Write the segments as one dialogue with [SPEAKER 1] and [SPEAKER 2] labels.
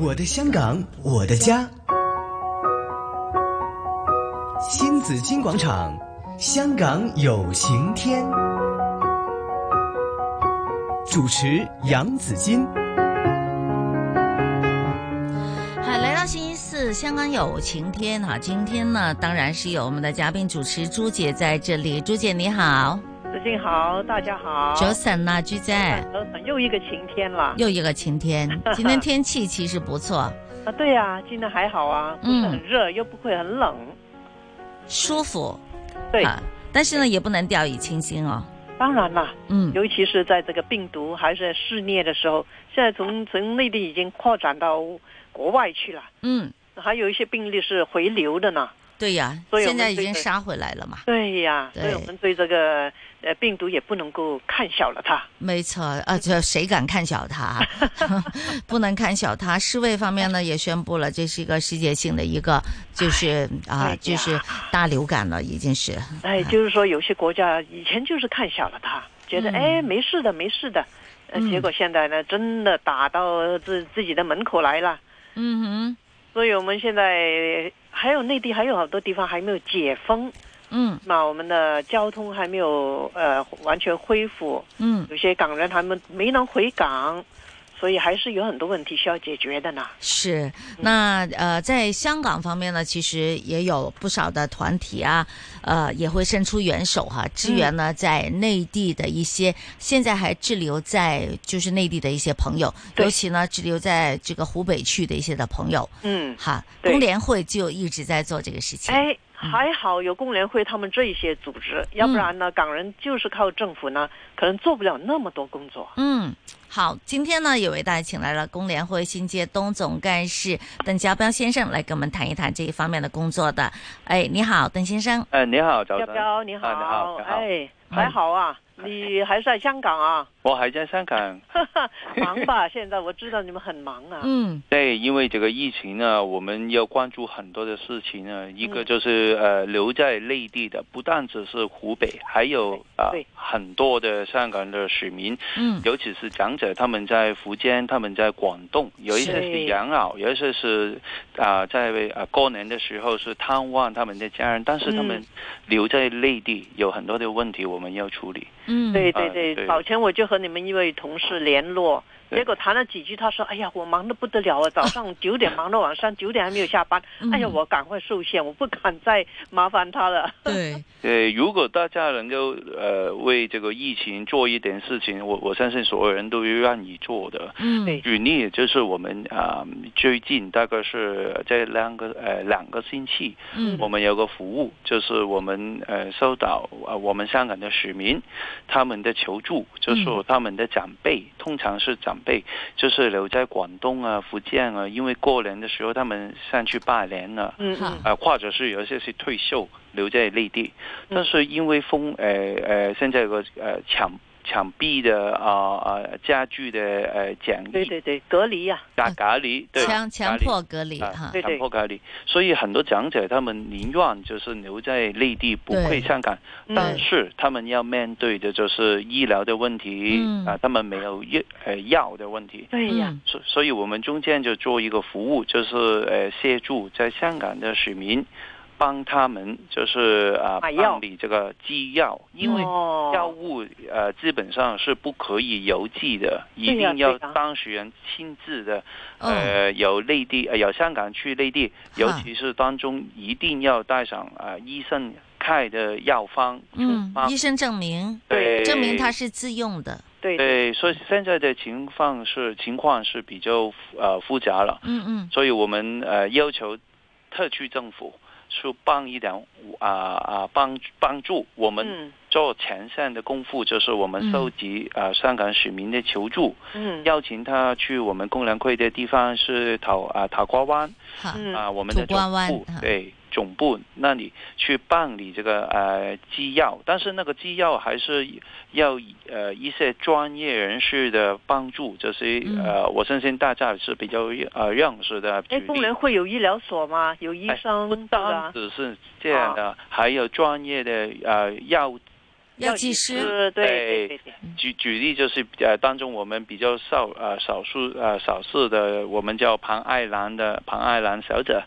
[SPEAKER 1] 我的香港，我的家。新紫金广场，香港有晴天。主持杨紫金。
[SPEAKER 2] 好，来到星期四，香港有晴天哈。今天呢，当然是有我们的嘉宾主持朱姐在这里。朱姐你好，
[SPEAKER 3] 子敬好，大家好。
[SPEAKER 2] 早晨啊，朱姐，
[SPEAKER 3] 早晨又一个晴天了。
[SPEAKER 2] 又一个晴天。 今天天气其实不错，
[SPEAKER 3] 啊，对呀、今天还好啊，不
[SPEAKER 2] 嗯
[SPEAKER 3] 是很热，又不会很冷。
[SPEAKER 2] 舒服。
[SPEAKER 3] 对，
[SPEAKER 2] 啊，但是呢，也不能掉以轻心哦。
[SPEAKER 3] 当然啦，
[SPEAKER 2] 嗯，
[SPEAKER 3] 尤其是在这个病毒还是肆虐的时候，现在从从内地已经扩展到国外去了，
[SPEAKER 2] 嗯，
[SPEAKER 3] 还有一些病例是回流的呢。
[SPEAKER 2] 对呀，
[SPEAKER 3] 所以我
[SPEAKER 2] 现
[SPEAKER 3] 们
[SPEAKER 2] 在已
[SPEAKER 3] 这
[SPEAKER 2] 经
[SPEAKER 3] 个
[SPEAKER 2] 杀回来了嘛。
[SPEAKER 3] 对呀、
[SPEAKER 2] 对
[SPEAKER 3] 所以我们对这个呃病毒也不能够看小了它。
[SPEAKER 2] 没错，啊，这谁敢看小 它？ 不能看小它。世卫方面呢也宣布了，这是一个世界性的一个，就是啊
[SPEAKER 3] 哎，
[SPEAKER 2] 就
[SPEAKER 3] 呀
[SPEAKER 2] 是大流感了，已经是。
[SPEAKER 3] 哎，就是说有些国家以前就是看小了它，觉得、
[SPEAKER 2] 嗯
[SPEAKER 3] 哎没事的没事的，呃，
[SPEAKER 2] 嗯
[SPEAKER 3] 结果现在呢真的打到自自己的门口来了。
[SPEAKER 2] 嗯
[SPEAKER 3] 所以我们现在还有内地还有好多地方还没有解封，
[SPEAKER 2] 哼，嗯
[SPEAKER 3] 那我们的交通还没有呃完全恢复，
[SPEAKER 2] 嗯，
[SPEAKER 3] 有些港人还没没能回港，所以还是有很多问题需要解决的呢。
[SPEAKER 2] 是。那呃，在香港方面呢，其实也有不少的团体啊，呃，也会伸出援手哈、支援呢在内地的一些现在还滞留在就是内地的一些朋友，
[SPEAKER 3] 对
[SPEAKER 2] 尤其呢滞留在这个湖北区的一些的朋友。
[SPEAKER 3] 嗯，
[SPEAKER 2] 哈，
[SPEAKER 3] 对
[SPEAKER 2] 工联会就一直在做这个事情。
[SPEAKER 3] 哎，还好有工联会他们这一些组织，
[SPEAKER 2] 嗯
[SPEAKER 3] 要不然呢，港人就是靠政府呢，可能做不了那么多工作。
[SPEAKER 2] 嗯，好，今天呢也为大家请来了工联会新界东总干事邓家彪先生来跟我们谈一谈这一方面的工作的。哎，你好，邓先生。
[SPEAKER 4] 哎，你好，早
[SPEAKER 3] 彪
[SPEAKER 4] 晨。
[SPEAKER 3] 彪你好，
[SPEAKER 4] 啊你好你好
[SPEAKER 3] 哎，还好啊， 你还是在香港啊？
[SPEAKER 4] 我还在香港。
[SPEAKER 3] 忙吧，现在我知道你们很忙啊。
[SPEAKER 2] 嗯
[SPEAKER 4] 对，因为这个疫情呢，我们要关注很多的事情呢。一个就是、呃，留在内地的，不但只是湖北，还有啊、
[SPEAKER 3] 对
[SPEAKER 4] 很多的香港的市民，
[SPEAKER 2] 嗯
[SPEAKER 4] 尤其是长者，他们在福建，他们在广东，有一些
[SPEAKER 3] 对
[SPEAKER 4] 是养老，有一些是啊、在啊过年的时候是探望他们的家人，但是他们
[SPEAKER 3] 嗯
[SPEAKER 4] 留在内地有很多的问题，我们要处理。
[SPEAKER 2] 嗯，
[SPEAKER 3] 对
[SPEAKER 4] 啊
[SPEAKER 3] 对对，
[SPEAKER 4] 对
[SPEAKER 3] 早前我就和你们一位同事联络，
[SPEAKER 4] 对
[SPEAKER 3] 结果谈了几句，他说：“哎呀，我忙得不得 了啊，早上九点忙到晚上九点还没有下班，哎呀，
[SPEAKER 2] 嗯
[SPEAKER 3] 我赶快受限，我不敢再麻烦他了。
[SPEAKER 2] 对，
[SPEAKER 4] 对，呃如果大家能够呃为这个疫情做一点事情，我我相信所有人都会让你做的。
[SPEAKER 2] 嗯
[SPEAKER 3] 对
[SPEAKER 4] 举例就是我们啊、最近大概是这两个呃两个星期，
[SPEAKER 2] 嗯
[SPEAKER 4] 我们有个服务，就是我们呃收到呃我们香港的市民他们的求助，就是说他们的长辈，通常是长辈，就是留在广东啊、福建啊，因为过年的时候他们上去拜年了。
[SPEAKER 3] 嗯
[SPEAKER 2] 好
[SPEAKER 3] 嗯
[SPEAKER 4] 啊，或者是有一些是退休留在内地，
[SPEAKER 3] 嗯
[SPEAKER 4] 但是因为封呃呃现在有个呃墙墙壁的啊啊、家具的呃讲
[SPEAKER 3] 对
[SPEAKER 4] 义
[SPEAKER 3] 对对，隔离呀、
[SPEAKER 4] 打隔离，对
[SPEAKER 2] 强强
[SPEAKER 4] 隔离
[SPEAKER 2] 迫隔离哈
[SPEAKER 4] 啊，
[SPEAKER 3] 对，对
[SPEAKER 4] 强迫隔离，所以很多长者他们宁愿就是留在内地，不
[SPEAKER 2] 对
[SPEAKER 4] 回香港，
[SPEAKER 3] 嗯
[SPEAKER 4] 但是他们要面对的就是医疗的问题、
[SPEAKER 2] 嗯
[SPEAKER 4] 啊，他们没有药呃药的问题，
[SPEAKER 3] 对呀、
[SPEAKER 2] 嗯
[SPEAKER 4] 所所以，我们中间就做一个服务，就是呃协助在香港的市民，帮他们就是啊、
[SPEAKER 3] 买药
[SPEAKER 4] 办理这个寄药，因为
[SPEAKER 3] 哦，
[SPEAKER 4] 药物呃基本上是不可以邮寄的，一
[SPEAKER 3] 对呀
[SPEAKER 4] 定要
[SPEAKER 3] 对呀
[SPEAKER 4] 当事人亲自的
[SPEAKER 2] 哦，
[SPEAKER 4] 呃由内地呃由香港去内地，尤
[SPEAKER 2] 哈
[SPEAKER 4] 其是当中一定要带上啊、呃医生开的药方，
[SPEAKER 2] 嗯，
[SPEAKER 4] 方
[SPEAKER 2] 医生证明
[SPEAKER 3] 对
[SPEAKER 2] 证明他是自用的，
[SPEAKER 3] 对对
[SPEAKER 4] 对，所以现在的情况是情况是比较呃复杂了。
[SPEAKER 2] 嗯嗯
[SPEAKER 4] 所以我们呃要求特区政府去帮一点啊啊帮帮助我们
[SPEAKER 3] 嗯
[SPEAKER 4] 做前线的功夫，就是我们收集啊、呃香港市民的求助，
[SPEAKER 3] 嗯
[SPEAKER 4] 邀请他去我们工联会的地方是桃啊桃瓜湾
[SPEAKER 2] 哈，
[SPEAKER 3] 嗯
[SPEAKER 4] 啊、我们的
[SPEAKER 2] 土瓜
[SPEAKER 4] 总
[SPEAKER 2] 湾
[SPEAKER 4] 部
[SPEAKER 2] 啊
[SPEAKER 4] 对。总部那里去办理这个呃机要，但是那个机要还是要呃一些专业人士的帮助，就是
[SPEAKER 2] 嗯
[SPEAKER 4] 呃我相信大家是比较呃认识的。
[SPEAKER 3] 哎，
[SPEAKER 4] 举
[SPEAKER 3] 工
[SPEAKER 4] 例
[SPEAKER 3] 联会有医疗所吗？有医
[SPEAKER 4] 哎
[SPEAKER 3] 生、
[SPEAKER 4] 不
[SPEAKER 3] 对吧哦
[SPEAKER 4] 单？只是这样的，还有专业的呃药
[SPEAKER 2] 药剂
[SPEAKER 3] 剂
[SPEAKER 2] 师
[SPEAKER 3] 对对对对，
[SPEAKER 4] 举举例就是呃，当中我们比较少呃少数呃少数的，我们叫庞爱兰的庞爱兰小姐，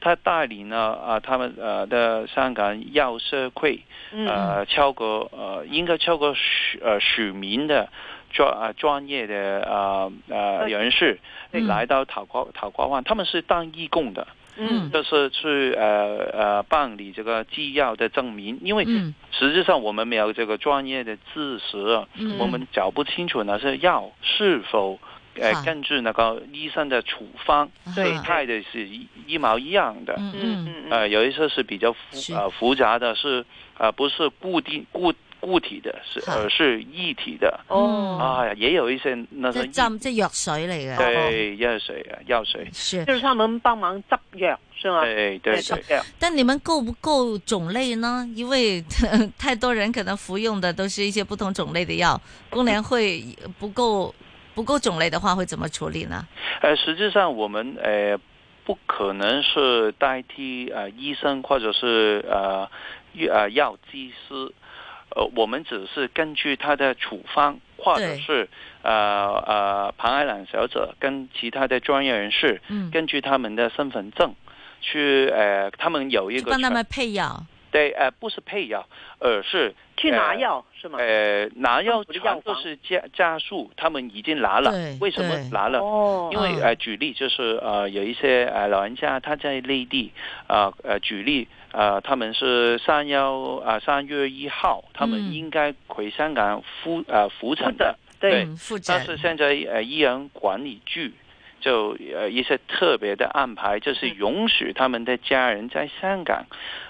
[SPEAKER 4] 她带领呢啊、呃他们呃的香港药社会
[SPEAKER 3] 嗯
[SPEAKER 4] 呃超过呃应该超过十呃十名的专呃专业的呃呃人士
[SPEAKER 2] 嗯
[SPEAKER 4] 来到桃花桃花湾，他们是当义工的，
[SPEAKER 2] 嗯
[SPEAKER 3] 嗯
[SPEAKER 4] 就是去呃呃办理这个制药的证明，因为
[SPEAKER 2] 嗯
[SPEAKER 4] 实际上我们没有这个专业的知识。
[SPEAKER 2] 嗯，
[SPEAKER 4] 我们搞不清楚呢是药是否
[SPEAKER 2] 好
[SPEAKER 4] 呃根据那个医生的处方
[SPEAKER 3] 对
[SPEAKER 2] 啊
[SPEAKER 4] 开的是一一毛一样的。
[SPEAKER 2] 嗯
[SPEAKER 3] 嗯
[SPEAKER 2] 嗯
[SPEAKER 3] 嗯嗯，
[SPEAKER 4] 呃，有一些是比较复
[SPEAKER 2] 是
[SPEAKER 4] 呃复杂的是，呃不是固定固固体的，是
[SPEAKER 2] 好
[SPEAKER 4] 呃是液体的
[SPEAKER 2] 嗯
[SPEAKER 3] 哦，
[SPEAKER 4] 啊，也有一些那
[SPEAKER 2] 即
[SPEAKER 4] 是
[SPEAKER 2] 係
[SPEAKER 4] 液
[SPEAKER 2] 浸即係藥水嚟嘅，
[SPEAKER 4] 对药水啊药水，
[SPEAKER 2] 是。
[SPEAKER 3] 就是他们帮忙执药是
[SPEAKER 2] 嗯
[SPEAKER 3] 吗？
[SPEAKER 4] 对对
[SPEAKER 3] 执
[SPEAKER 4] 对。
[SPEAKER 3] 药，
[SPEAKER 2] 但你们够不够种类呢？因为 太多人可能服用的都是一些不同种类的药，工联会不够不够种类的话会怎么处理呢？
[SPEAKER 4] 呃，实际上我们呃不可能是代替呃医生或者是呃药呃药剂师，呃，我们只是根据他的处方或者
[SPEAKER 2] 对
[SPEAKER 4] 是呃呃庞爱兰小姐跟其他的专业人士，
[SPEAKER 2] 嗯，
[SPEAKER 4] 根据他们的身份证去呃，他们有一
[SPEAKER 2] 就
[SPEAKER 4] 个
[SPEAKER 2] 帮他
[SPEAKER 4] 权
[SPEAKER 2] 们配药。嗯
[SPEAKER 4] 对呃不是配药，而是
[SPEAKER 3] 去拿药是吗？
[SPEAKER 4] 呃拿
[SPEAKER 3] 政
[SPEAKER 4] 药
[SPEAKER 3] 府的药
[SPEAKER 4] 全都
[SPEAKER 3] 房
[SPEAKER 4] 是家家属，他们已经拿了
[SPEAKER 2] 对，
[SPEAKER 4] 为什么
[SPEAKER 2] 对
[SPEAKER 4] 拿了？
[SPEAKER 3] 哦，
[SPEAKER 4] 因为
[SPEAKER 2] 嗯
[SPEAKER 4] 呃，举例就是呃，有一些呃老人家他在内地，呃呃，举例呃，他们是三幺啊三月一号，他
[SPEAKER 2] 嗯
[SPEAKER 4] 们应该回香港复呃复诊的，
[SPEAKER 3] 对，
[SPEAKER 2] 嗯，复诊
[SPEAKER 4] 但是现在呃医院管理局就呃一些特别的安排，就是
[SPEAKER 3] 嗯
[SPEAKER 4] 允许他们的家人在香港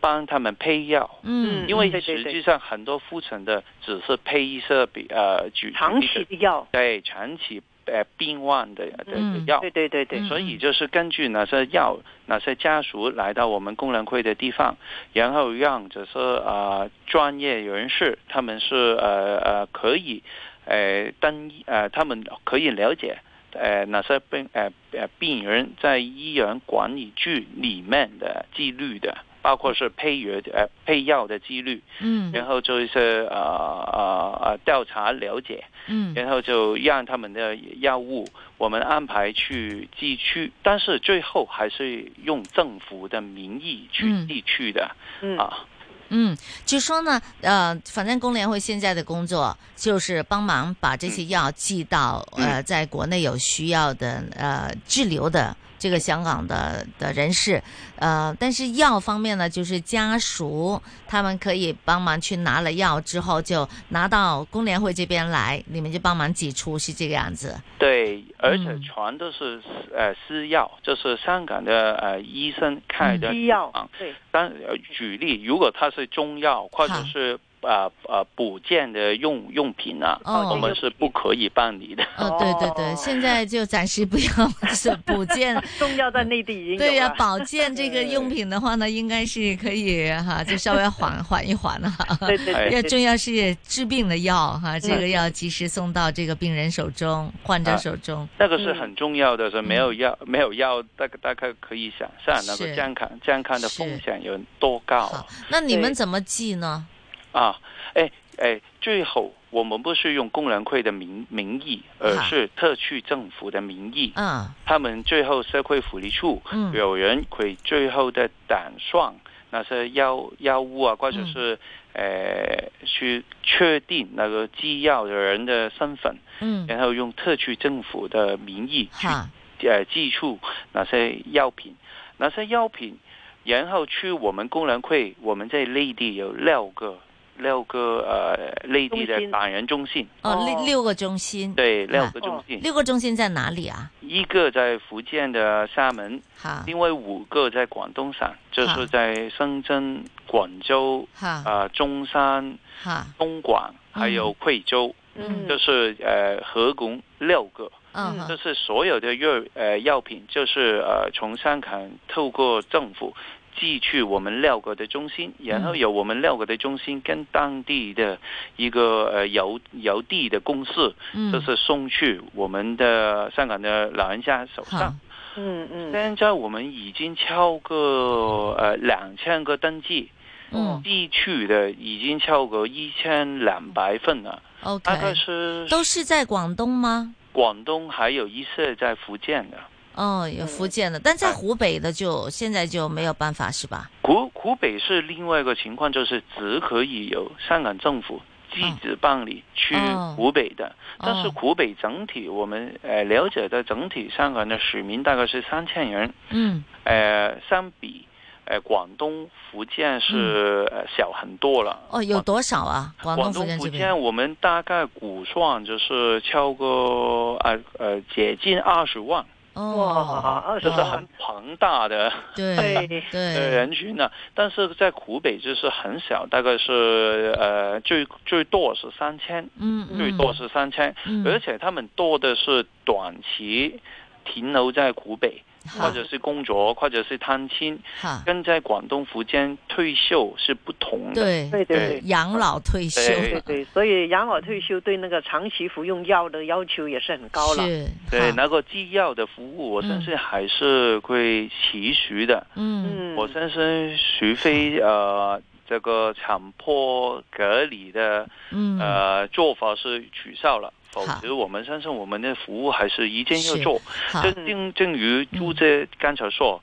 [SPEAKER 4] 帮他们配药。
[SPEAKER 2] 嗯，
[SPEAKER 4] 因为
[SPEAKER 3] 对对
[SPEAKER 4] 实
[SPEAKER 3] 对
[SPEAKER 4] 际上很多复诊的只是配一些比呃举举
[SPEAKER 3] 长
[SPEAKER 4] 例
[SPEAKER 3] 期
[SPEAKER 4] 的
[SPEAKER 3] 的药，
[SPEAKER 4] 对长期呃病患的的的
[SPEAKER 2] 嗯
[SPEAKER 4] 药，
[SPEAKER 3] 对对对对，
[SPEAKER 2] 嗯
[SPEAKER 4] 所以就是根据哪些药、哪些家属来到我们工人会的地方，然后让就是呃专业人士，他们是呃呃可以呃登呃他们可以了解呃哪些病呃呃病人在医院管理局里面的纪律的，包括是配药呃配药的纪律，
[SPEAKER 2] 嗯
[SPEAKER 4] 然后做一些呃呃呃调查了解。
[SPEAKER 2] 嗯
[SPEAKER 4] 然后就让他们的药物我们安排去寄去，但是最后还是用政府的名义去
[SPEAKER 2] 嗯
[SPEAKER 4] 寄去的、
[SPEAKER 3] 嗯
[SPEAKER 4] 啊。
[SPEAKER 2] 嗯，就说呢，呃，反正工联会现在的工作就是帮忙把这些药寄到、
[SPEAKER 4] 嗯
[SPEAKER 2] 呃，在国内有需要的呃滞留的这个香港的的人士，呃，但是药方面呢，就是家属他们可以帮忙去拿了药之后，就拿到工联会这边来，你们就帮忙寄出，是这个样子。
[SPEAKER 4] 对，而且
[SPEAKER 2] 嗯
[SPEAKER 4] 全都是私呃私药，就是香港的呃医生开的
[SPEAKER 3] 西嗯药
[SPEAKER 4] 啊。，
[SPEAKER 3] 对，
[SPEAKER 4] 当呃举例，如果它是中药或者
[SPEAKER 2] 好
[SPEAKER 4] 是呃呃补健的用用品啊，
[SPEAKER 2] 哦
[SPEAKER 4] 我们是不可以办理的。
[SPEAKER 2] 哦，对对对，
[SPEAKER 3] 哦
[SPEAKER 2] 现在就暂时不要 是补健
[SPEAKER 3] 中药在内地
[SPEAKER 4] 啊
[SPEAKER 3] 已经有
[SPEAKER 2] 对 呀、
[SPEAKER 3] 了
[SPEAKER 2] 保健这个用品的话呢，应该是可以哈， 就稍微缓缓一缓了、
[SPEAKER 3] 对对
[SPEAKER 4] 哎
[SPEAKER 2] 要
[SPEAKER 3] 对对，
[SPEAKER 2] 重要是治病的药哈，这个要及时送到这个病人手中、患者
[SPEAKER 4] 啊
[SPEAKER 2] 手中。
[SPEAKER 4] 那个是很重要的，是没有药，没有药，大概大概可以想象那
[SPEAKER 2] 嗯是
[SPEAKER 4] 个健康健康的风
[SPEAKER 2] 是
[SPEAKER 4] 险有多高
[SPEAKER 2] 好，那你们
[SPEAKER 3] 对
[SPEAKER 2] 怎么记呢？
[SPEAKER 4] 啊！哎哎，最后我们不是用工人会的名名义，而
[SPEAKER 2] 好
[SPEAKER 4] 是特区政府的名义，
[SPEAKER 2] 嗯
[SPEAKER 4] 他们最后社会福利处
[SPEAKER 2] 嗯
[SPEAKER 4] 有人会最后的打算那些药药物啊，或者
[SPEAKER 2] 嗯
[SPEAKER 4] 是呃去确定那个制药的人的身份，
[SPEAKER 2] 嗯，
[SPEAKER 4] 然后用特区政府的名义去
[SPEAKER 2] 哈，
[SPEAKER 4] 呃寄出哪些药品，哪些药品，然后去我们工人会，我们在内地有六个六个呃内地
[SPEAKER 3] 中
[SPEAKER 4] 的
[SPEAKER 3] 心
[SPEAKER 4] 党人中心，
[SPEAKER 2] 哦，
[SPEAKER 3] 哦
[SPEAKER 2] 六六个中心，
[SPEAKER 4] 对，六
[SPEAKER 2] 啊
[SPEAKER 4] 个中心，
[SPEAKER 2] 六个中心在哪里啊？
[SPEAKER 4] 一个在福建的厦门，
[SPEAKER 2] 哈
[SPEAKER 4] 另外五个在广东省，就
[SPEAKER 2] 好
[SPEAKER 4] 是在深圳、广州、
[SPEAKER 2] 哈
[SPEAKER 4] 呃中山、
[SPEAKER 2] 哈，
[SPEAKER 4] 东莞还有惠州，
[SPEAKER 2] 嗯
[SPEAKER 3] 嗯
[SPEAKER 4] 就是呃合共六个。
[SPEAKER 2] 嗯
[SPEAKER 4] 就
[SPEAKER 2] 哈
[SPEAKER 4] 是所有的药呃药品，就是呃从香港透过政府寄去我们六个的中心，然后由我们六个的中心跟当地的一个呃邮邮递的公司，
[SPEAKER 2] 嗯
[SPEAKER 4] 就是送去我们的香港的老人家手
[SPEAKER 2] 哈
[SPEAKER 4] 上。
[SPEAKER 3] 嗯嗯，
[SPEAKER 4] 现在我们已经超过呃两千个登记，
[SPEAKER 2] 嗯
[SPEAKER 4] 地区的已经超过一千两百份了，
[SPEAKER 2] ，OK，
[SPEAKER 4] 哦大概是
[SPEAKER 2] 都是在广东吗？
[SPEAKER 4] 广东还有一些在福建的。
[SPEAKER 2] 哦，
[SPEAKER 4] 嗯
[SPEAKER 2] 有福建的，但在湖北的就现在就没有办法是吧？
[SPEAKER 4] 湖湖北是另外一个情况，就是只可以由香港政府机制办理去
[SPEAKER 2] 哦
[SPEAKER 4] 湖北的，但是
[SPEAKER 2] 哦
[SPEAKER 4] 湖北整体我们呃了解的整体香港的市民大概是三千人，
[SPEAKER 2] 嗯
[SPEAKER 4] 呃，相比呃广东、福建是、呃小很多了。
[SPEAKER 2] 哦，有多少啊？嗯广
[SPEAKER 4] 广
[SPEAKER 2] 东、福
[SPEAKER 4] 东、
[SPEAKER 2] 建
[SPEAKER 4] 福
[SPEAKER 2] 这边
[SPEAKER 4] 建，我们大概估算就是超过呃呃接近二十万，
[SPEAKER 2] 哦，
[SPEAKER 3] 哇，二十
[SPEAKER 4] 这是
[SPEAKER 3] 万
[SPEAKER 4] 很庞大的。
[SPEAKER 2] 对
[SPEAKER 3] 对
[SPEAKER 4] 呃，
[SPEAKER 2] 对，
[SPEAKER 4] 人群呢，但是在湖北就是很小，大概是呃最最多是三千，
[SPEAKER 2] 嗯嗯，
[SPEAKER 4] 最多是三千、
[SPEAKER 2] 嗯，
[SPEAKER 4] 而且他们多的是短期停留在湖北，
[SPEAKER 2] 好
[SPEAKER 4] 或者是工作，或者是探亲，
[SPEAKER 2] 好，
[SPEAKER 4] 跟在广东、福建退休是不同的。
[SPEAKER 2] 对
[SPEAKER 3] 对对对
[SPEAKER 4] 嗯对
[SPEAKER 2] 养老退休
[SPEAKER 4] 对
[SPEAKER 3] 对对，所以养老退休对那个长期服用药的要求也是很高了。
[SPEAKER 2] 是，
[SPEAKER 4] 对，
[SPEAKER 2] 好
[SPEAKER 4] 那个制药的服务，我
[SPEAKER 2] 嗯
[SPEAKER 4] 相信还是会持续的。
[SPEAKER 2] 嗯
[SPEAKER 3] 嗯，
[SPEAKER 4] 我相信，除非呃这个强迫隔离的。
[SPEAKER 2] 嗯
[SPEAKER 4] 呃做法是取消了，否
[SPEAKER 2] 好
[SPEAKER 4] 则我们相信我们的服务还是一定要
[SPEAKER 2] 是
[SPEAKER 4] 做。
[SPEAKER 2] 好嗯
[SPEAKER 4] 这正正如朱姐刚才说。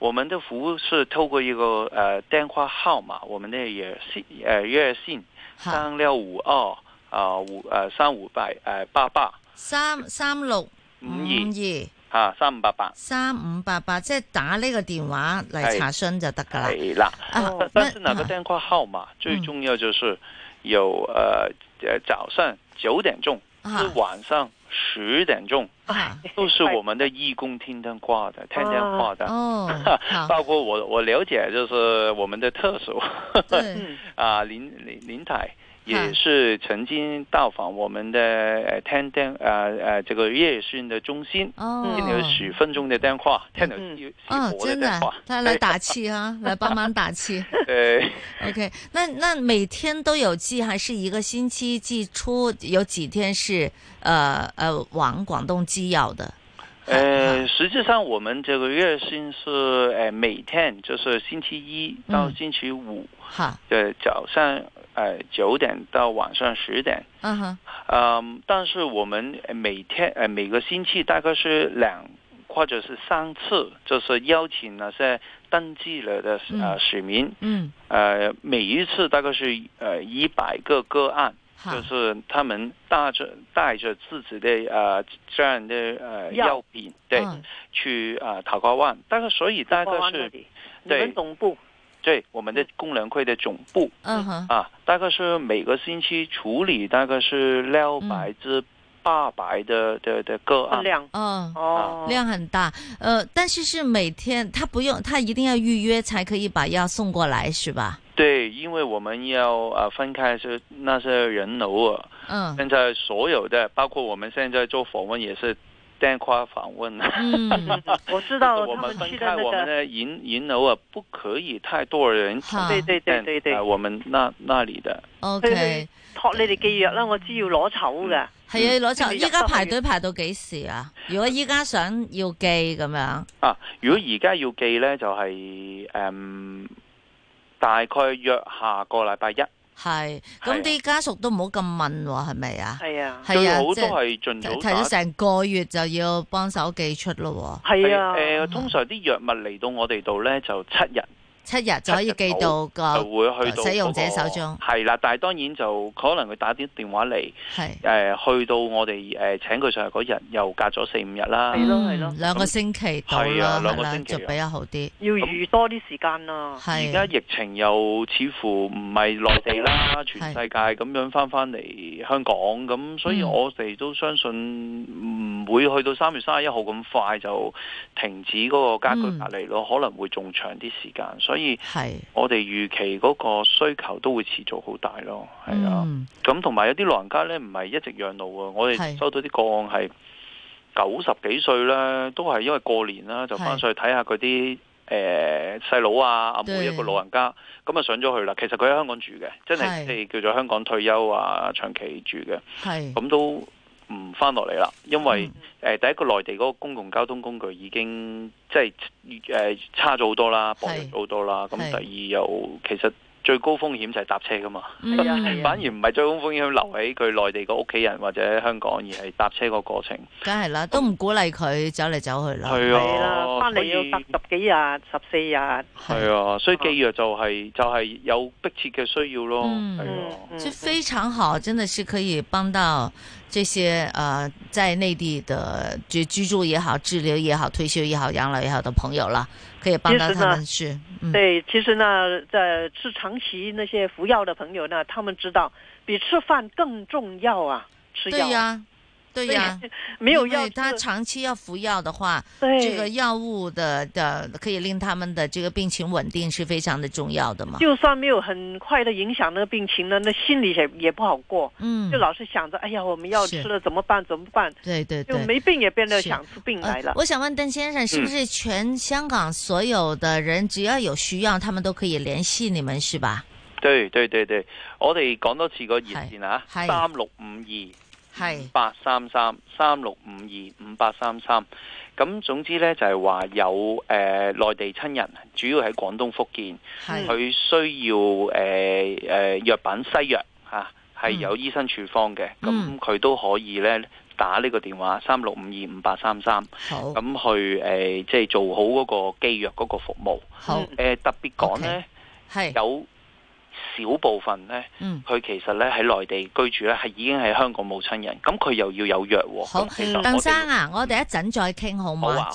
[SPEAKER 4] 我们的服务是透过一个呃电话号码，我们的也信呃热线
[SPEAKER 2] 好
[SPEAKER 4] 三六五二啊五呃三五八呃八八
[SPEAKER 2] 三三六
[SPEAKER 4] 五
[SPEAKER 2] 五
[SPEAKER 4] 二
[SPEAKER 2] 二
[SPEAKER 4] 啊三五八八
[SPEAKER 2] 三五八八，即係打呢個電話嚟
[SPEAKER 4] 係
[SPEAKER 2] 查詢就得㗎啦。
[SPEAKER 4] 系啦。
[SPEAKER 2] 啊
[SPEAKER 4] 但
[SPEAKER 2] 那
[SPEAKER 4] 但是哪个
[SPEAKER 2] 啊
[SPEAKER 4] 电话号码最
[SPEAKER 2] 嗯
[SPEAKER 4] 重要就是有呃呃早上九点钟至
[SPEAKER 2] 啊
[SPEAKER 4] 晚上十点钟
[SPEAKER 2] 啊
[SPEAKER 4] 都是我们的义工天天挂 的，天天挂的。
[SPEAKER 2] 哦， 好，
[SPEAKER 4] 包括我，我了解就是我们的特首
[SPEAKER 2] 对，
[SPEAKER 3] 嗯，
[SPEAKER 4] 啊，林林林太
[SPEAKER 2] 啊
[SPEAKER 4] 也是曾经到访我们的呃天天呃呃这个夜训的中心，
[SPEAKER 2] 哦，
[SPEAKER 4] 听了十分钟的电话，听了
[SPEAKER 3] 嗯
[SPEAKER 4] 一
[SPEAKER 2] 哦
[SPEAKER 4] 一，波的
[SPEAKER 2] 真啊的
[SPEAKER 4] 电话，，
[SPEAKER 2] 他来打气啊，来帮忙打气。
[SPEAKER 4] 对
[SPEAKER 2] OK，那那每天都有寄，还是一个星期寄出？有几天是呃呃往广东寄药的？
[SPEAKER 4] 呃，实际上我们这个月薪是呃每天就是星期一到
[SPEAKER 2] 嗯
[SPEAKER 4] 星期五
[SPEAKER 2] 好，
[SPEAKER 4] 的早上呃九点到晚上十点。
[SPEAKER 2] 嗯哼，
[SPEAKER 4] 嗯，但是我们呃每天呃每个星期大概是两或者是三次，就是邀请那些登记了的
[SPEAKER 2] 嗯
[SPEAKER 4] 呃市民，
[SPEAKER 2] 嗯，
[SPEAKER 4] 呃每一次大概是呃一百个个案，
[SPEAKER 2] 好
[SPEAKER 4] 就，是他们带着带着自己的呃这样的呃
[SPEAKER 3] 药
[SPEAKER 4] 药品对、
[SPEAKER 2] 嗯
[SPEAKER 4] 去呃塔瓜湾，大概所以大
[SPEAKER 3] 台
[SPEAKER 4] 概
[SPEAKER 3] 湾那
[SPEAKER 4] 是
[SPEAKER 3] 里，你
[SPEAKER 4] 对
[SPEAKER 3] 们总部
[SPEAKER 4] 对我们的工人会的总部
[SPEAKER 2] 嗯哼，
[SPEAKER 4] 啊，大概是每个星期处理大概是六百至八百的的的个案
[SPEAKER 3] 分，量
[SPEAKER 2] 哦，
[SPEAKER 3] 哦，
[SPEAKER 2] 量很大，呃，但是是每天他不用，他一定要预约才可以把药送过来，是吧？
[SPEAKER 4] 对，因为我们要呃分开是那些人流啊，
[SPEAKER 2] 嗯
[SPEAKER 4] 现在所有的包括我们现在做访 问也是电话访问。
[SPEAKER 2] 嗯，
[SPEAKER 3] 我知道
[SPEAKER 4] 我
[SPEAKER 3] 哦他
[SPEAKER 4] 们
[SPEAKER 3] 们
[SPEAKER 4] 分
[SPEAKER 3] 去
[SPEAKER 4] 开
[SPEAKER 3] 的那
[SPEAKER 4] 我们
[SPEAKER 3] 个，
[SPEAKER 4] 的银银楼啊，不可以太多人
[SPEAKER 2] 好
[SPEAKER 4] 从
[SPEAKER 2] 对
[SPEAKER 3] 对对对对
[SPEAKER 4] 呃我们那那里的，
[SPEAKER 2] ，OK，
[SPEAKER 3] 托你哋寄藥啦，我知要攞籌嘅。
[SPEAKER 2] 係啊，攞就
[SPEAKER 3] 嗯
[SPEAKER 2] 依家排隊排到幾時啊？如果依家想要寄咁樣，
[SPEAKER 4] 啊，如果而家要記呢，就係、嗯大概約下個禮拜一，
[SPEAKER 2] 係
[SPEAKER 4] 係
[SPEAKER 2] 咁
[SPEAKER 4] 啊
[SPEAKER 2] 啲家屬都唔好咁問喎，係咪啊？
[SPEAKER 3] 係啊，
[SPEAKER 2] 係
[SPEAKER 4] 最
[SPEAKER 2] 啊，
[SPEAKER 4] 好都
[SPEAKER 2] 即係
[SPEAKER 4] 係
[SPEAKER 2] 提
[SPEAKER 4] 盡早
[SPEAKER 2] 提
[SPEAKER 4] 打
[SPEAKER 2] 咗。成個月就要幫手寄出咯
[SPEAKER 3] 係啊，
[SPEAKER 4] 係呃通常啲藥物嚟到我哋度呢，就七日
[SPEAKER 2] 喎，七日就可以寄到
[SPEAKER 4] 就
[SPEAKER 2] 個
[SPEAKER 4] 會去到、
[SPEAKER 2] 使用者手中
[SPEAKER 4] 係啦，但係當然就可能佢打啲電話嚟，
[SPEAKER 2] 係。
[SPEAKER 4] 誒、去到我哋誒、呃、請佢上嚟嗰日，又隔咗四五日啦。
[SPEAKER 3] 係咯
[SPEAKER 2] 嗯
[SPEAKER 3] 係咯
[SPEAKER 2] 兩個星期到
[SPEAKER 4] 係
[SPEAKER 2] 啦，
[SPEAKER 4] 啊
[SPEAKER 2] 係
[SPEAKER 4] 兩個
[SPEAKER 2] 啦，
[SPEAKER 4] 星期
[SPEAKER 2] 就
[SPEAKER 4] 啊哦
[SPEAKER 2] 比較好啲。
[SPEAKER 3] 要預多啲時間啊啦。
[SPEAKER 4] 而家
[SPEAKER 2] 係
[SPEAKER 4] 疫情又似乎唔係內地啦，全世界咁樣翻翻嚟香港，咁所以
[SPEAKER 2] 嗯
[SPEAKER 4] 我哋都相信唔會去到三月三十一號咁快就停止嗰個家居
[SPEAKER 2] 嗯
[SPEAKER 4] 隔離咯，可能會仲長啲時間，所以
[SPEAKER 2] 係，
[SPEAKER 4] 我哋預期嗰個需求都會持續好大咯，係啊，
[SPEAKER 2] 嗯，
[SPEAKER 4] 咁同埋有啲老人家呢，唔係一直養老啊，我
[SPEAKER 2] 係
[SPEAKER 4] 哋收到啲個案係九十幾歲啦，都係因為過年啦，就翻上去睇下佢啲誒細佬啊、阿妹
[SPEAKER 2] 對
[SPEAKER 4] 一個老人家，咁啊上咗去啦。其實佢喺香港住嘅，真
[SPEAKER 2] 係
[SPEAKER 4] 係即係叫做香港退休啊、長期住嘅，
[SPEAKER 2] 係
[SPEAKER 4] 咁都唔翻落嚟啦，因為誒、
[SPEAKER 2] 嗯
[SPEAKER 4] 呃第一個內地嗰個公共交通工具已經即係誒、呃差咗好多啦，薄弱咗好多啦。咁
[SPEAKER 2] 係
[SPEAKER 4] 第二又其實最高風險就係搭車噶嘛。
[SPEAKER 2] 嗯
[SPEAKER 3] 係啊係
[SPEAKER 4] 反而唔係最高風險留喺佢內地個屋企人或者香港，而係搭車個過程。
[SPEAKER 2] 梗係啦，都唔鼓勵佢走嚟走去啦。
[SPEAKER 4] 係
[SPEAKER 3] 係啦，
[SPEAKER 4] 啊，
[SPEAKER 3] 翻嚟
[SPEAKER 4] 所以
[SPEAKER 3] 要隔十幾日、十四日。
[SPEAKER 4] 係啊，所以寄藥就係、就係、有迫切嘅需要咯。
[SPEAKER 2] 嗯
[SPEAKER 4] 係
[SPEAKER 3] 嗯
[SPEAKER 4] 啊，
[SPEAKER 3] 嗯
[SPEAKER 2] 这非常好，真的是可以帮到这些呃在内地的居居住也好、治疗也好、退休也好、养老也好的朋友了，可以帮到
[SPEAKER 4] 啊
[SPEAKER 2] 他们是嗯
[SPEAKER 3] 对，其实呢，在吃长期那些服药的朋友呢，他们知道比吃饭更重要啊，吃药
[SPEAKER 2] 对呀对 呀，
[SPEAKER 3] 没有
[SPEAKER 2] 因
[SPEAKER 3] 药
[SPEAKER 2] 为他
[SPEAKER 3] 吃
[SPEAKER 2] 长期要服药的话，
[SPEAKER 3] 对
[SPEAKER 2] 这个药物的的可以令他们的这个病情稳定是非常的重要的嘛。
[SPEAKER 3] 就算没有很快的影响那个病情呢，那心里也也不好过，
[SPEAKER 2] 嗯
[SPEAKER 3] 就，老是想着，哎呀，我们药
[SPEAKER 2] 是
[SPEAKER 3] 吃了怎么办？怎么办？
[SPEAKER 2] 对对
[SPEAKER 3] 就
[SPEAKER 2] 对。
[SPEAKER 3] 没病也变得
[SPEAKER 2] 是
[SPEAKER 3] 想出病
[SPEAKER 2] 呃
[SPEAKER 3] 来了。
[SPEAKER 2] 我想问邓先生，是不
[SPEAKER 4] 嗯
[SPEAKER 2] 是全香港所有的人只要有需要，他们都可以联系你们是吧？
[SPEAKER 4] 對對對對，我哋講多次個熱線啊，
[SPEAKER 2] 係係
[SPEAKER 4] 三六五二。
[SPEAKER 2] 系
[SPEAKER 4] 八三三三六五二五八三三。咁總之呢，就係、話有誒、呃、內地親人，主要喺廣東福建，
[SPEAKER 3] 嗯
[SPEAKER 2] 系
[SPEAKER 4] 佢需要誒誒、呃藥品西藥嚇，係、
[SPEAKER 2] 嗯
[SPEAKER 4] 有醫生處方嘅，
[SPEAKER 2] 嗯
[SPEAKER 4] 咁佢都可以呢打呢個電話三六五二五八三三，
[SPEAKER 2] 好
[SPEAKER 4] 咁去誒、呃即係做好嗰個機藥嗰個服務。
[SPEAKER 2] 好嗯
[SPEAKER 4] 誒、特別講呢
[SPEAKER 2] 系
[SPEAKER 4] 有少部分呢。
[SPEAKER 2] 嗯
[SPEAKER 4] 佢其實咧喺內地居住咧，係已經喺香港冇親人，咁佢又要有藥喎。
[SPEAKER 2] 好
[SPEAKER 4] 咁其實我哋
[SPEAKER 2] 鄧生啊，我哋一陣再傾好唔好
[SPEAKER 4] 好啊
[SPEAKER 2] 啊？